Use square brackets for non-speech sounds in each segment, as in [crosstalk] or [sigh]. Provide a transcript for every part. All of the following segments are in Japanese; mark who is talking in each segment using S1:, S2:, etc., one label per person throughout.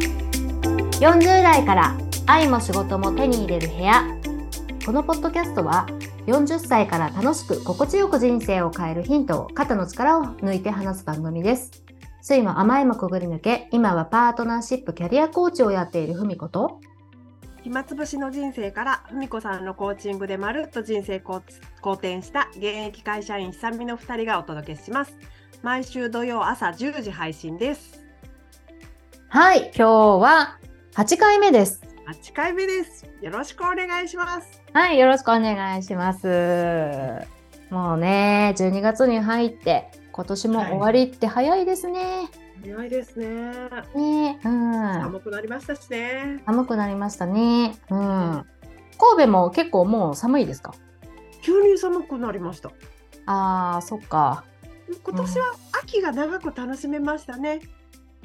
S1: 40代から愛も仕事も手に入れる部屋このポッドキャストは40歳から楽しく心地よく人生を変えるヒントを肩の力を抜いて話す番組です酸いも甘いもくぐり抜け今はパートナーシップキャリアコーチをやっているふみこと
S2: 暇つぶしの人生からふみこさんのコーチングでまるっと人生好転した現役会社員久美の2人がお届けします毎週土曜朝10時配信です
S1: はい今日は8回目です
S2: 8回目ですよろしくお願いします
S1: はいよろしくお願いしますもうね12月に入って今年も終わりって早いですね、
S2: 早いですね
S1: ねうん
S2: 寒くなりましたしね
S1: 寒くなりましたねうん神戸も結構もう寒いですか
S2: 急に寒くなりました
S1: あーそっか
S2: 今年は秋が長く楽しめましたね、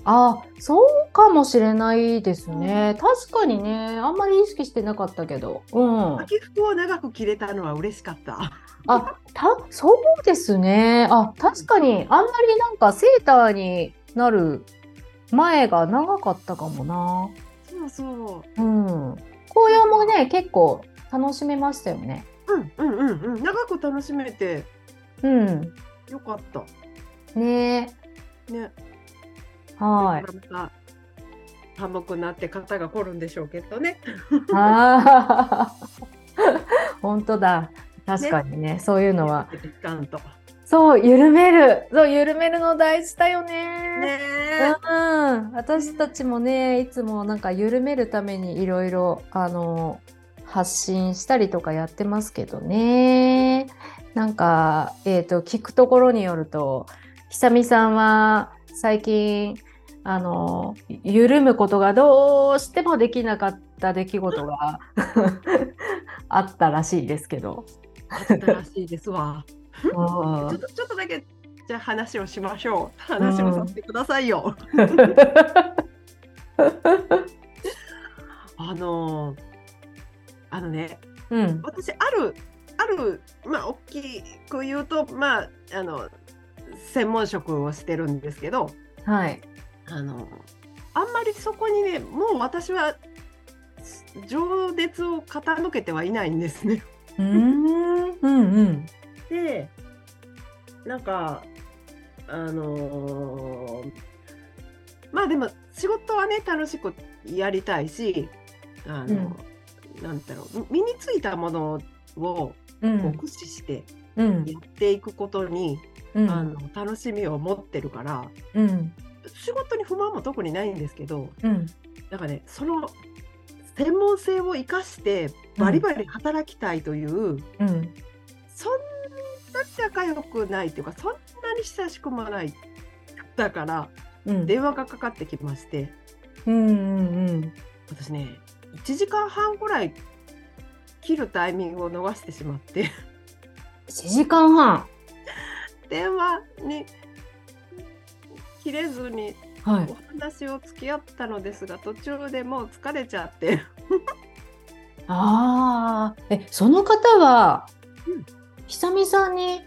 S1: あそうかもしれないですね確かにねあんまり意識してなかったけどうん
S2: 秋服を長く着れたのは嬉しかった
S1: あたそうですねあ確かにあんまりなんかセーターになる前が長かったかもな
S2: そうそう
S1: うん紅葉もね結構楽しめましたよね
S2: うんうんうんうん長く楽しめて
S1: うん
S2: よかった
S1: ね
S2: ね
S1: はい
S2: これからまた寒くなって肩が凝るんでしょうけどね
S1: あー [laughs] 本当だ確かにねそういうのは
S2: 時間と
S1: そう緩めるそう緩めるの大事だよね
S2: ね
S1: うん、私たちもねいつもなんか緩めるためにいろいろあの発信したりとかやってますけどねなんか、えー、と聞くところによると久美さんは最近あの緩むことがどうしてもできなかった出来事が [laughs] あったらしいですけど。
S2: あったらしいですわちょ
S1: う
S2: っ
S1: ん
S2: とちょっとだけじゃあ話をしましょう話をさせてくださいよ、あのーあのね
S1: うん
S2: 私あるあるまあ大きく言うとまああの専門職をしてるんですけど
S1: はい
S2: あのあんまりそこにねもう私は情熱を傾けてはいないんですね。
S1: うーんうんうん
S2: でなんかあのーまあでも仕事はね楽しくやりたいしあの、なんだろう身についたものを
S1: う
S2: こうん駆使して
S1: うん
S2: やっていくことに、
S1: うん
S2: あの楽しみを持ってるから
S1: うん
S2: 仕事に不満も特にないんですけど
S1: うん
S2: なんかねその専門性を生かしてバリバリ働きたいという、
S1: うん
S2: そんなに仲良くないっていうかそんなに親しくもないだから
S1: うん
S2: 電話がかかってきまして
S1: うんうんうん
S2: 私ね1時間半ぐらい切るタイミングを逃してしまって [laughs]
S1: 1時間半
S2: 電話に切れずに
S1: は
S2: お話を付き合ったのですが途中でもう疲れちゃって
S1: ああえその方は、
S2: うん
S1: 久美さんに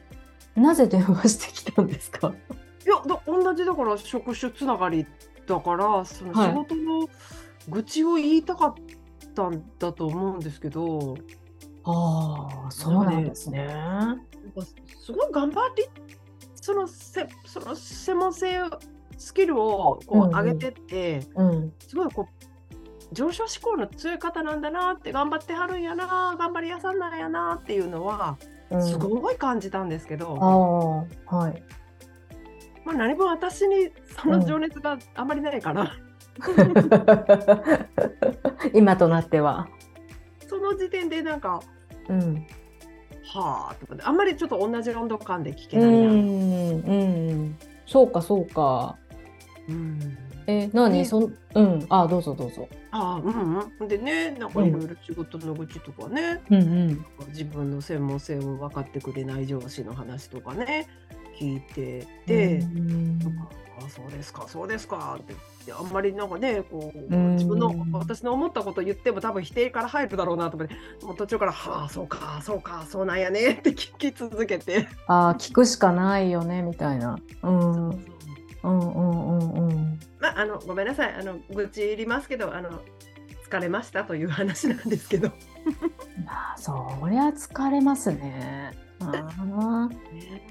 S1: なぜ電話してきたんですか
S2: いやだ同じだから職種つながりだからその
S1: はい
S2: 仕事の愚痴を言いたかったんだと思うんですけど、
S1: ああ
S2: そうなんです
S1: ね
S2: なんかすごい頑張りそのせその専門性スキルをこ
S1: うんう
S2: うん上げてって、
S1: うん
S2: すごいこう上昇志向の強い方なんだなって頑張ってはるんやな頑張り屋さんなんやなっていうのは
S1: うん
S2: すごい感じたんですけど、
S1: ああはい [laughs]
S2: まあ、何も私にその情熱があまりないから。 [laughs]
S1: 今となっては
S2: その時点でなんか、
S1: うん
S2: はあと思って、あんまりちょっと同じ温度感で聞け
S1: う
S2: ないな。
S1: んうんそうかそうか
S2: うん
S1: え何、
S2: ね
S1: そんうんあどうぞどうぞ
S2: ああ、うんうん。でね、なんかいろいろ仕事の愚痴とかね、
S1: うんうん
S2: 自分の専門性を分かってくれない上司の話とかね、聞いてて、
S1: うん
S2: なんかあそうですか、そうですかって。であんまりなんかねこ
S1: う
S2: う
S1: ん
S2: 自分の私の思ったこと言っても多分否定から入るだろうなと思ってもう途中から「はあそうかそうかそうなんやね」って聞き続けて、
S1: ああ聞くしかないよねみたいな。うん、うんうんうんうん。
S2: ままあ、あのごめんなさいあの愚痴入りますけどあの疲れましたという話なんですけど、
S1: まあ、そりゃ疲れますね。あー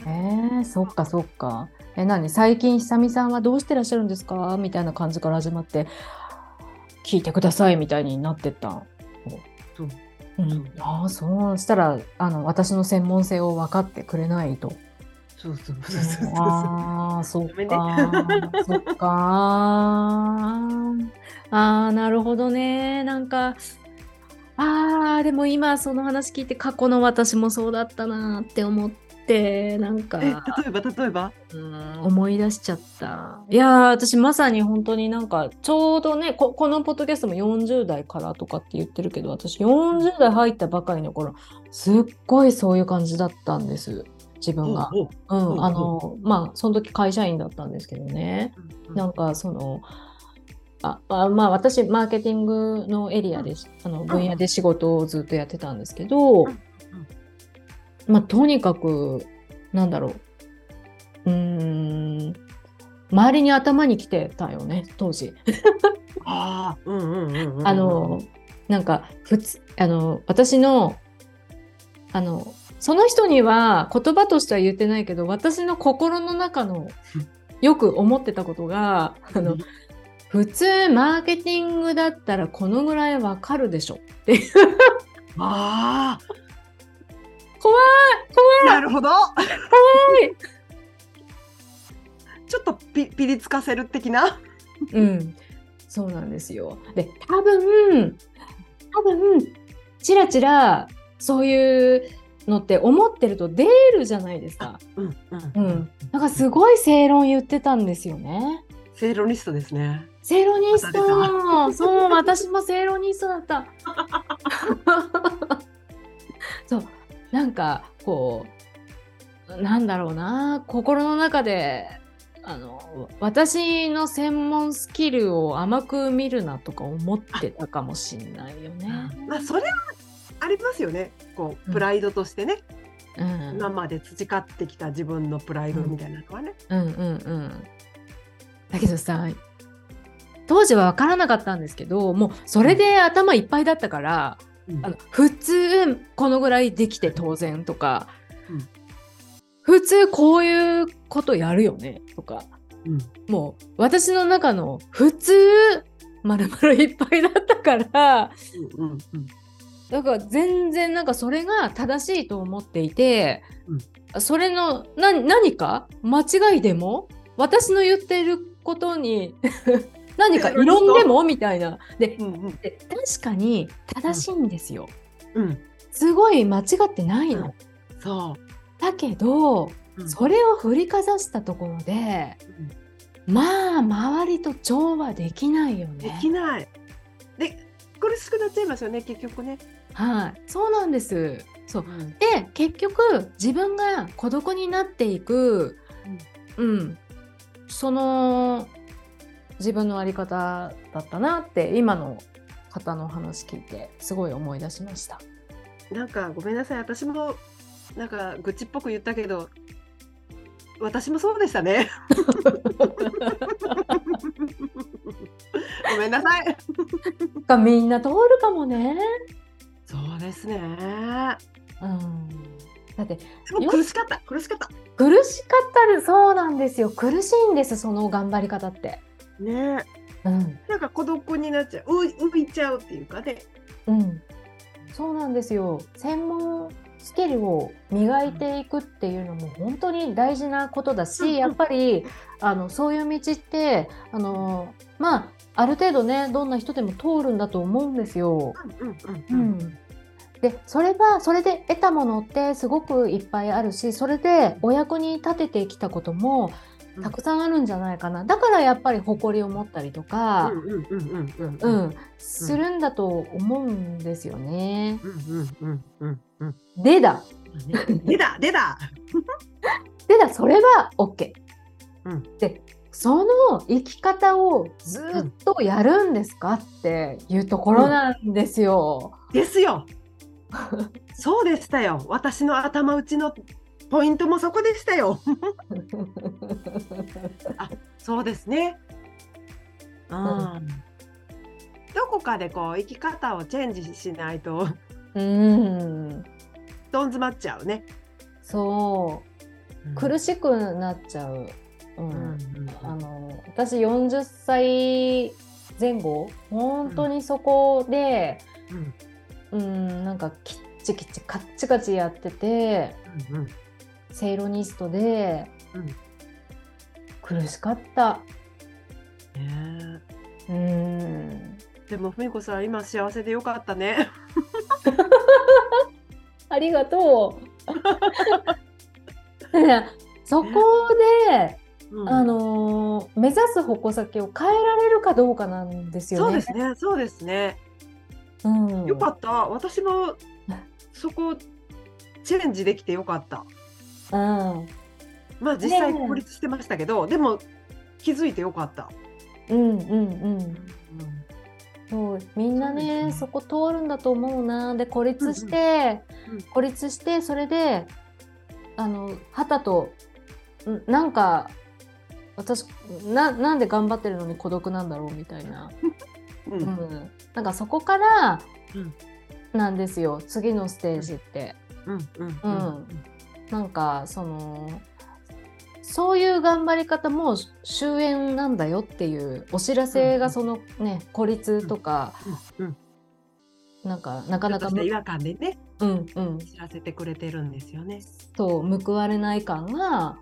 S1: えー、そっかそっか。え、何最近久美さんはどうしてらっしゃるんですかみたいな感じから始まって、聞いてくださいみたいになってった。
S2: そう
S1: うん、ああ、そうしたら、あの、私の専門性を分かってくれないと。
S2: そうそうそうそうそう
S1: ああ、そっ
S2: ごめんね
S1: か。そっか。ああ、なるほどね。なんか、ああ、でも今その話聞いて過去の私もそうだったなって思って、なんか、
S2: え例えば例えば
S1: うん思い出しちゃった。いやー、私まさに本当になんか、ちょうどねこ、このポッドキャストも40代からとかって言ってるけど、私40代入ったばかりの頃、すっごいそういう感じだったんです。自分が。
S2: おう
S1: う
S2: うんうん
S1: ん、あの、まあ、その時会社員だったんですけどね。
S2: おう
S1: なんか、その、ああまあ、私、マーケティングのエリアで、あの分野で仕事をずっとやってたんですけど
S2: うんうん、
S1: まあ、とにかく、なんだろう、うーん、周りに頭に来てたよね、当時。
S2: ああうんうんうんうん
S1: あの、なんか、普通、あの、私の、あの、その人には言葉としては言ってないけど、私の心の中のよく思ってたことが、あの、普通マーケティングだったらこのぐらいわかるでしょ。
S2: ああ
S1: 怖い
S2: なるほど
S1: い
S2: [laughs] ちょっとピピリつかせる的な
S1: うん、そうなんですよ。で、多分、多分、ちらちらそういうのって思ってると出るじゃないですか。
S2: うんうん
S1: うん、なんかすごい正論言ってたんですよね。
S2: セイロニストですね
S1: 正論ニス
S2: ま
S1: ト、そう、私も正論ニストだった。 [laughs] そう、なんかこう、なんだろうな、心の中で。あの私の専門スキルを甘く見るなとか思ってたかもしんないよね。
S2: まあそれはありますよねこ
S1: う
S2: うんプライドとしてね、
S1: うん、
S2: 今まで培ってきた自分のプライドみたいなのはね、
S1: うんうんうん。だけどさ当時は分からなかったんですけどもうそれで頭いっぱいだったから、
S2: うん
S1: あの普通このぐらいできて当然とか、
S2: うん
S1: 普通こういうことやるよねとか
S2: うん
S1: もう私の中の普通まるまるいっぱいだったから
S2: うんうんうん
S1: だから全然なんかそれが正しいと思っていて、それのな何か間違いでも私の言ってること
S2: [laughs]
S1: に何か異論でもみたいなで
S2: うんうん
S1: で確かに正しいんですよ、
S2: うん
S1: すごい間違ってないの、
S2: うんそう
S1: だけど、
S2: うん
S1: それを振りかざしたところで
S2: うん
S1: まあ周りと調和できないよ
S2: で
S1: ね
S2: きないで苦しくなっちゃいますよね結局ね、
S1: はいそうなんですそうで結局自分が孤独になっていく、うんその自分の在り方だったなって今の方のお話聞いてすごい思い出しました。
S2: なんかごめんなさい私もなんか愚痴っぽく言ったけど私もそうでした [laughs] ねごめんなさい
S1: がみんな通るかもね。
S2: そうですね
S1: うん、だって
S2: でも苦しかった苦しかった
S1: 苦しかったらそうなんですよ苦しいんですその頑張り方って。
S2: ね
S1: うん
S2: なんか孤独になっちゃうう浮いちゃうっていうかね
S1: うん、そうなんですよ専門スキルを磨いていくっていうのも本当に大事なことだ
S2: うんうん
S1: しやっぱりあのそういう道ってあのまあある程度ねどんな人でも通るんだと思うんですよ。
S2: うんうん
S1: う
S2: うんん
S1: でそれはそれで得たものってすごくいっぱいあるしそれでお役に立ててきたこともたくさんあるんじゃないかなだからやっぱり誇りを持ったりとか、
S2: うんうんうんうんうん
S1: う
S2: うん
S1: ん、するんだと思うんですよね。
S2: うんうんうんうん
S1: でだ
S2: 出た出た
S1: でだそれは OK、
S2: うん
S1: でその生き方をずっとやるんですかっていうところなんです
S2: [laughs]
S1: よ。
S2: で
S1: [laughs]
S2: すよそうでしたよ私の頭打ちのポイントもそこ [laughs] でしたよそうですねあーどこかでこう生き方をチェンジしないと [laughs]
S1: うん、
S2: どん詰まっちゃうね。
S1: そう苦
S2: し
S1: しくなっちゃう。うん
S2: い
S1: あの私40歳前後本当にそこで、うん、なんかきっちきっちカッチカチやっててセイロニストで、
S2: うん
S1: 苦しかった。
S2: ね
S1: うん
S2: えでもふみこさん今幸せでよかったね。 [laughs]
S1: ありがとう。ね [laughs] そこで、
S2: うん
S1: あのー目指す矛先を変えられるかどうかなんですよ
S2: そう
S1: ね。
S2: ですねそうですね。
S1: うん、
S2: よかった私もそこチェンジできてよかった。
S1: うん
S2: まあ実際
S1: ねえ
S2: 孤立してましたけど、でも気づいてよかった。
S1: うんうんうんそうみんな
S2: そうです
S1: ね
S2: ね
S1: そこ通るんだと思うなで孤立して、
S2: うんうん
S1: 孤立してそれであの旗とんなんか私ななんで頑張ってるのに孤独なんだろうみたいな、
S2: うん
S1: うんなんかそこから
S2: うん
S1: なんですよ次のステージって。
S2: うんうん
S1: う
S2: うんん
S1: なんかそのそういう頑張り方も終焉なんだよっていうお知らせがそのね孤立とか
S2: うんうん
S1: なんかなか
S2: ち
S1: な
S2: ょっ
S1: か
S2: とした違和感でね
S1: うんうん
S2: 知らせてくれてるんですよね。
S1: と報われない感が、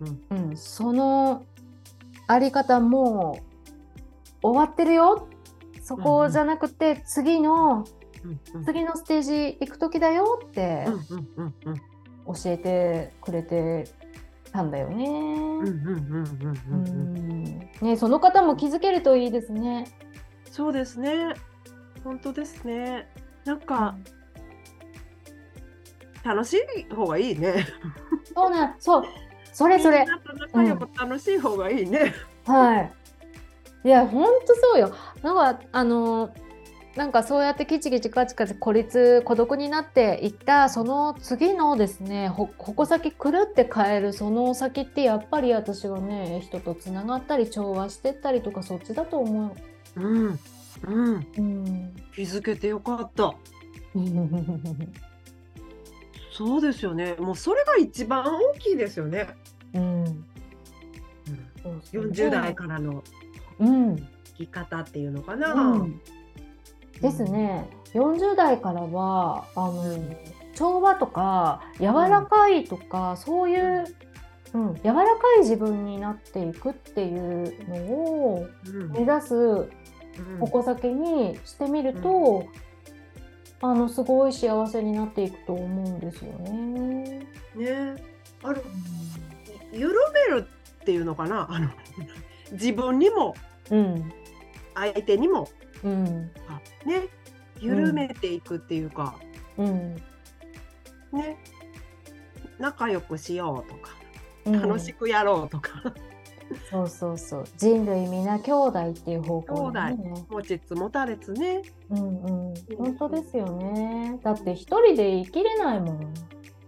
S2: うんうんうん
S1: うん、そのあり方もう終わってるよそこじゃなくて次の
S2: うんうん
S1: 次のステージ行く時だよって
S2: うんうんうんうん
S1: 教えてくれてたんだよね。
S2: うんうんうん
S1: う
S2: うんうんうん
S1: んね、その方も気づけるといいですね。
S2: そうですね本当ですねなんか楽しい方がいいね
S1: そうなん、そう、それそれ
S2: みん、なと仲良く楽しい方がいいね
S1: はい。いや、本当そうよ。なんか、あの、なんかそうやってキチキチカチカチ孤立孤独になっていったその次のですねほ矛先くるって変えるその先ってやっぱり私はね人とつながったり調和してったりとかそっちだと思
S2: うんうん
S1: う。うん、
S2: 気づけてよかったそうですよねもうそれが一番大きいですよね
S1: うん、そうそう
S2: 40代からの
S1: うん、
S2: 生き方っていうのかな、
S1: うんですね40代からはあの調和とか柔らかいとか、そういう、うん、柔らかい自分になっていくっていうのを
S2: うんうん
S1: 目指す矛先にしてみると、あのすごい幸せになっていくと思うんですよね。
S2: ねあの緩めるっていうのかなあの [laughs] 自分にも
S1: うん、
S2: 相手にも
S1: うん、
S2: あね緩めていくっていうか、
S1: うん、
S2: ね仲良くしようとか
S1: うん
S2: 楽しくやろうとか、 [laughs]
S1: そうそうそう人類皆兄弟っていう方向だよね。
S2: 持ちつ持たれつね
S1: うんうん、本当ですよね。だって一人で生きれないもん。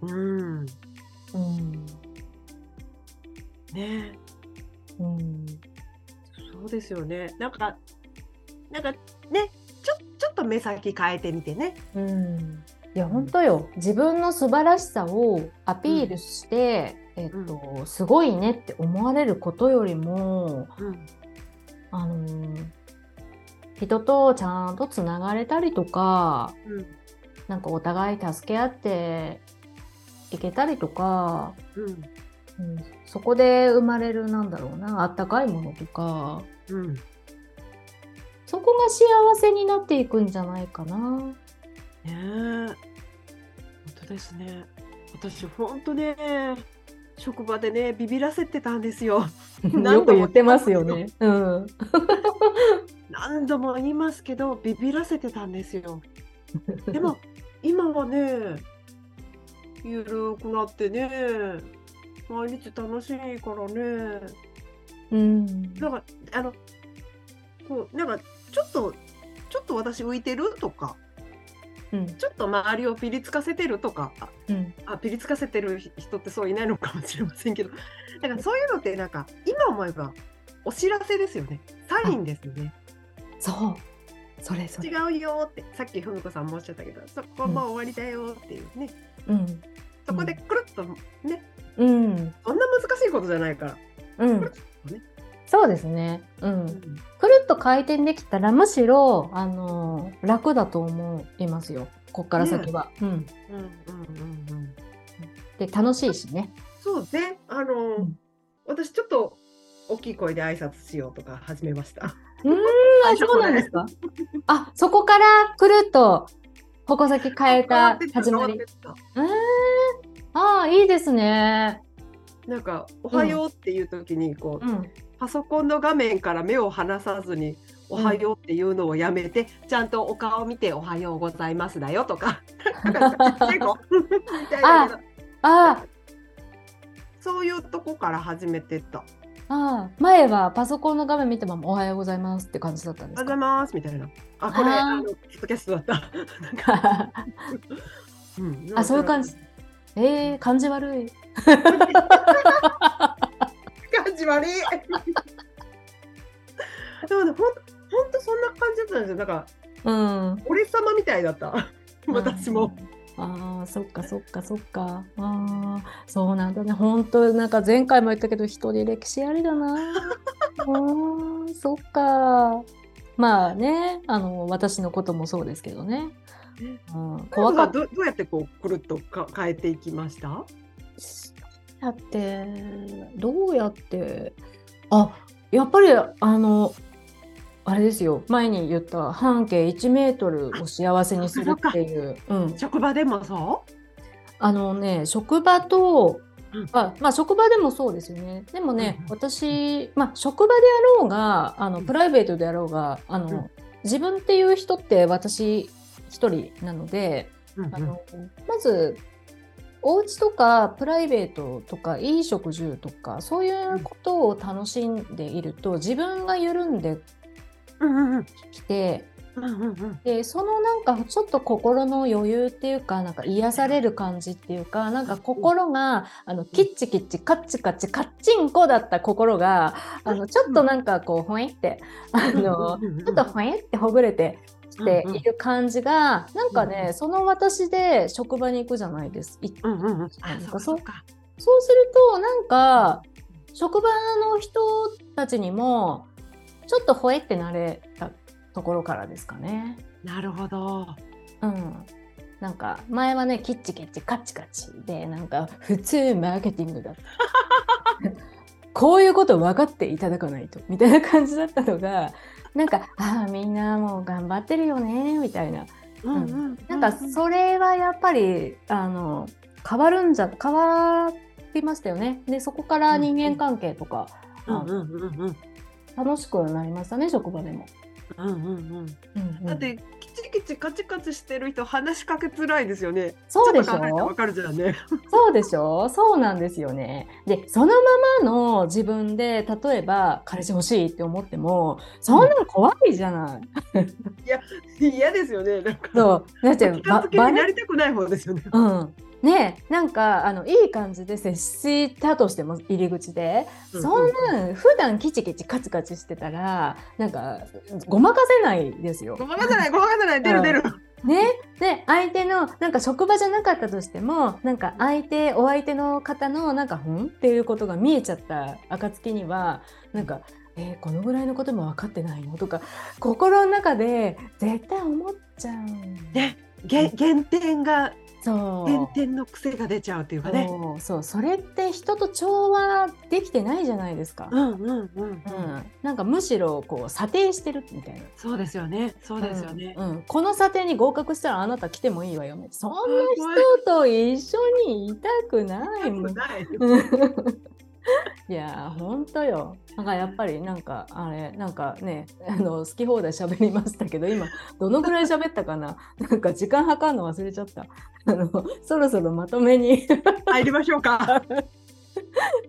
S2: うんね
S1: うん、うん、
S2: そうですよねなんかなんかねちょちょっと目先変えてみてね
S1: うん。いや本当よ。自分の素晴らしさをアピールして、えっと、すごいねって思われることよりも、
S2: うん
S1: あのー人とちゃんとつながれたりとか、
S2: うん
S1: なんかお互い助け合っていけたりとか、
S2: うん
S1: うん、そこで生まれるなんだろうな、あったかいものとか。
S2: うん
S1: そこが幸せになっていくんじゃないかな。
S2: ねえ本当ですね私本当ね職場でねビビらせてたんで
S1: [laughs]
S2: すよ
S1: よく言ってますよね。うん。
S2: 何度も言いますけどビビらせてたんですよでも今はねゆるくなってね毎日楽しいからね
S1: うん。
S2: なんかあのこうなんかちょっとちょっと私浮いてるとか
S1: うん。
S2: ちょっと周りをピリつかせてるとか
S1: うん。
S2: あピリつか [laughs] せてる人ってそういないのかもしれませんけどだからそういうのってなんか今思えばお知らせですよね。サインですよね。
S1: そう。それそれ。
S2: 違うよって、さっきふみこさんもおっしゃったけど、そこもう終わりだよっていうね。
S1: うん。
S2: そこでくるっとね、
S1: うん。
S2: そんな難しいことじゃないか
S1: う
S2: ら。
S1: ん。そうですね。うん。
S2: うん
S1: くるっと回転できたらむしろ、あのー楽だと思いますよこっから先は、うん、
S2: うんうんうんうん。
S1: で楽しいしね
S2: そうね。あの、
S1: うん
S2: 私ちょっと大きい声で挨拶しようとか始めました。
S1: うーんあそうなんですかあそこからくるっと矛先変えた始まりう
S2: 変わってった
S1: ーんああいいですね
S2: なんか「おはよう」っていう時にこう、
S1: うん
S2: パソコンの画面から目を離さずに「おはよう」っていうのをやめて、ちゃんとお顔を見て「おはようございます」だよ
S1: [laughs]
S2: とかなんかちっちゃい子 [laughs] みたいだけど
S1: あー
S2: そういうとこから始めてった「
S1: あー前はパソコンの画面見てもおはようございますって感じだったん
S2: お
S1: で
S2: はよう
S1: すか
S2: ございます」みたいな「あこれ
S1: あー
S2: あのポッドキャストだった」なんか、うん
S1: あそういう感じ [laughs] えー、感じ悪い
S2: 感じ悪い。 [laughs] でもね、ほん、ほんとそんな感じだったんですよ。だから、
S1: うん
S2: 俺様みたいだった。 [laughs] 私も。
S1: ああそっかそっかそっかああそうなんだね本当なんか前回も言ったけど一人歴史ありだ
S2: [laughs]
S1: なあーそっかまあねあの私のこともそうですけどね、うん、怖かった
S2: どどうやってこう、くるっとか変えていきました
S1: だってどうやってあやっぱりあのあれですよ前に言った半径1メートルを幸せにするっていう、うん、
S2: 職場でもそ
S1: あのね、職場と
S2: うん、
S1: あまあ、職場でもそうですよね。でもね
S2: うんうん、
S1: 私、まあ、職場であろうが、あの、
S2: うん
S1: プライベートであろうが、あ
S2: う
S1: の
S2: ん、
S1: 自分っていう人って私一人なので、
S2: う、うん
S1: あの、まず、お家とかプライベートとかいい食住とかそういうことを楽しんでいると自分が緩んで
S2: うんうんうん
S1: きて
S2: うんうんうん
S1: でそのなんかちょっと心の余裕っていうかなんか癒される感じっていうかなんか心があのキッチキッチカッチカチカッチンコだった心があのちょっとなんかこうほえってあの
S2: うんうんうん
S1: ちょっとほえってほぐれてきている感じがなんか
S2: うんう
S1: ね
S2: ん
S1: その私で職場に行くじゃないです。い
S2: うんうんうんあ
S1: なんか
S2: そう
S1: そう
S2: そうか
S1: そうするとなんか職場の人たちにもちょっとほえってなれたところからですかね。
S2: なるほど
S1: うん、なんか前はねキッチキッチカッチカチでなんか普通マーケティングだった
S2: [laughs]
S1: こういうこと分かっていただかないとみたいな感じだったのがなんかああみんなもう頑張ってるよねみたいな
S2: うんうん
S1: なんかそれはやっぱりあの変わるんじゃ変わりましたよねでそこから人間関係とか、
S2: うんうんうんうん
S1: 楽しくはなりましたね職場でも。
S2: うんうんうん
S1: うんうん
S2: だってキチキチカチカチしてる人話しかけづらいですよね
S1: そうでし
S2: ちょっと考えたら
S1: ょ
S2: わかるじゃんね
S1: そうでしょそうなんですよね。で、そのままの自分で、例えば、彼氏欲しいって思っても、そんなの怖いじゃない。
S2: 嫌ですよね。なんか。
S1: そう。だって、
S2: 近づけ
S1: ば
S2: にな
S1: ね
S2: りたくない方ですよね。
S1: うん。ねなんか、あの、いい感じで接したとしても、入り口で。
S2: うん
S1: そんなん、普段キチキチカチカチしてたら、なんか、ごまかせないですよ
S2: ご。まかさない、ごまかさない、出る出る。
S1: ね、で相手のなんか職場じゃなかったとしてもなんか相手お相手の方のなんか「ん?」っていうことが見えちゃった暁にはなんか「えーこのぐらいのことも分かってないの?」とか心の中で絶対思っちゃうんだ
S2: ね、げ減点が、
S1: そう
S2: 減点の癖が出ちゃうというかね。
S1: そうそうそれって人と調和できてないじゃないですか。
S2: うんうんうん
S1: う。ん、なんかむしろこう査定してるみたいな。
S2: そうですよね。そうですよね。
S1: うんうんこの査定に合格したらあなた来てもいいわよねそんな
S2: 怖い
S1: 人と一緒にいたくないもん
S2: ない。
S1: [laughs] いやーほんとよなんかやっぱりなんかあれなんかねあの好き放題喋りましたけど今どのぐらい喋ったかな [laughs] なんか時間計るの忘れちゃったあのそろそろまとめに [laughs]
S2: 入りましょうか。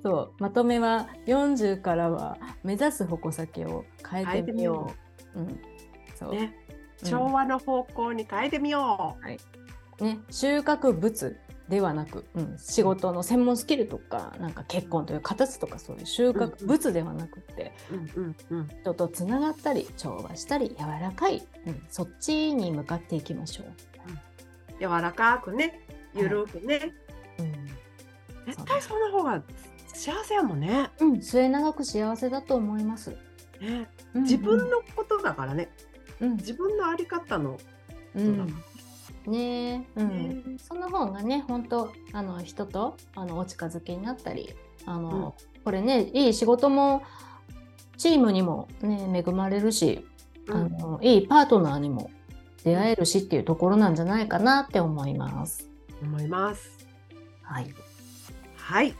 S1: そうまとめは40からは目指す矛先を変えてみよう。うんそう
S2: ね、
S1: うん
S2: 調和の方向に変えてみよ
S1: ね、収穫物ではなく、うん、仕事の専門スキルとかなんか結婚という形とかそういう収穫物ではなくって、
S2: うんうんうん
S1: 人とつながったり調和したり柔らかい、うん、そっちに向かっていきましょう。
S2: 柔らかくねゆるくね、
S1: うん
S2: 絶対その方が幸せやもんね
S1: うん、末永く幸せだと思います。
S2: ね自分のことだからね
S1: うん、うん
S2: 自分のあり方の
S1: う
S2: ことだ
S1: んねえ、うん
S2: ね
S1: その方がね本当あの人とあのお近づきになったりあの、これねいい仕事もチームにも、ね、恵まれるし、
S2: うん
S1: あのいいパートナーにも出会えるしっていうところなんじゃないかなって思います。
S2: 思います
S1: はい、
S2: はい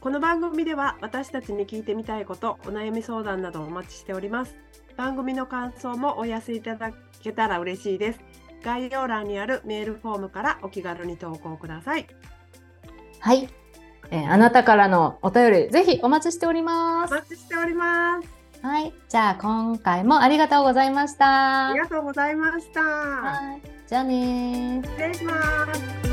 S2: この番組では私たちに聞いてみたいことお悩み相談などお待ちしております番組の感想もお寄せいただけたら嬉しいです概要欄にあるメールフォームからお気軽に投稿ください
S1: はいえーあなたからのお便りぜひお待ちしておりま
S2: お
S1: す。
S2: 待ちしております
S1: はい、じゃあ今回もありがとうございまし
S2: あ
S1: た
S2: り。がとうございました
S1: はいじゃあねー
S2: 失礼します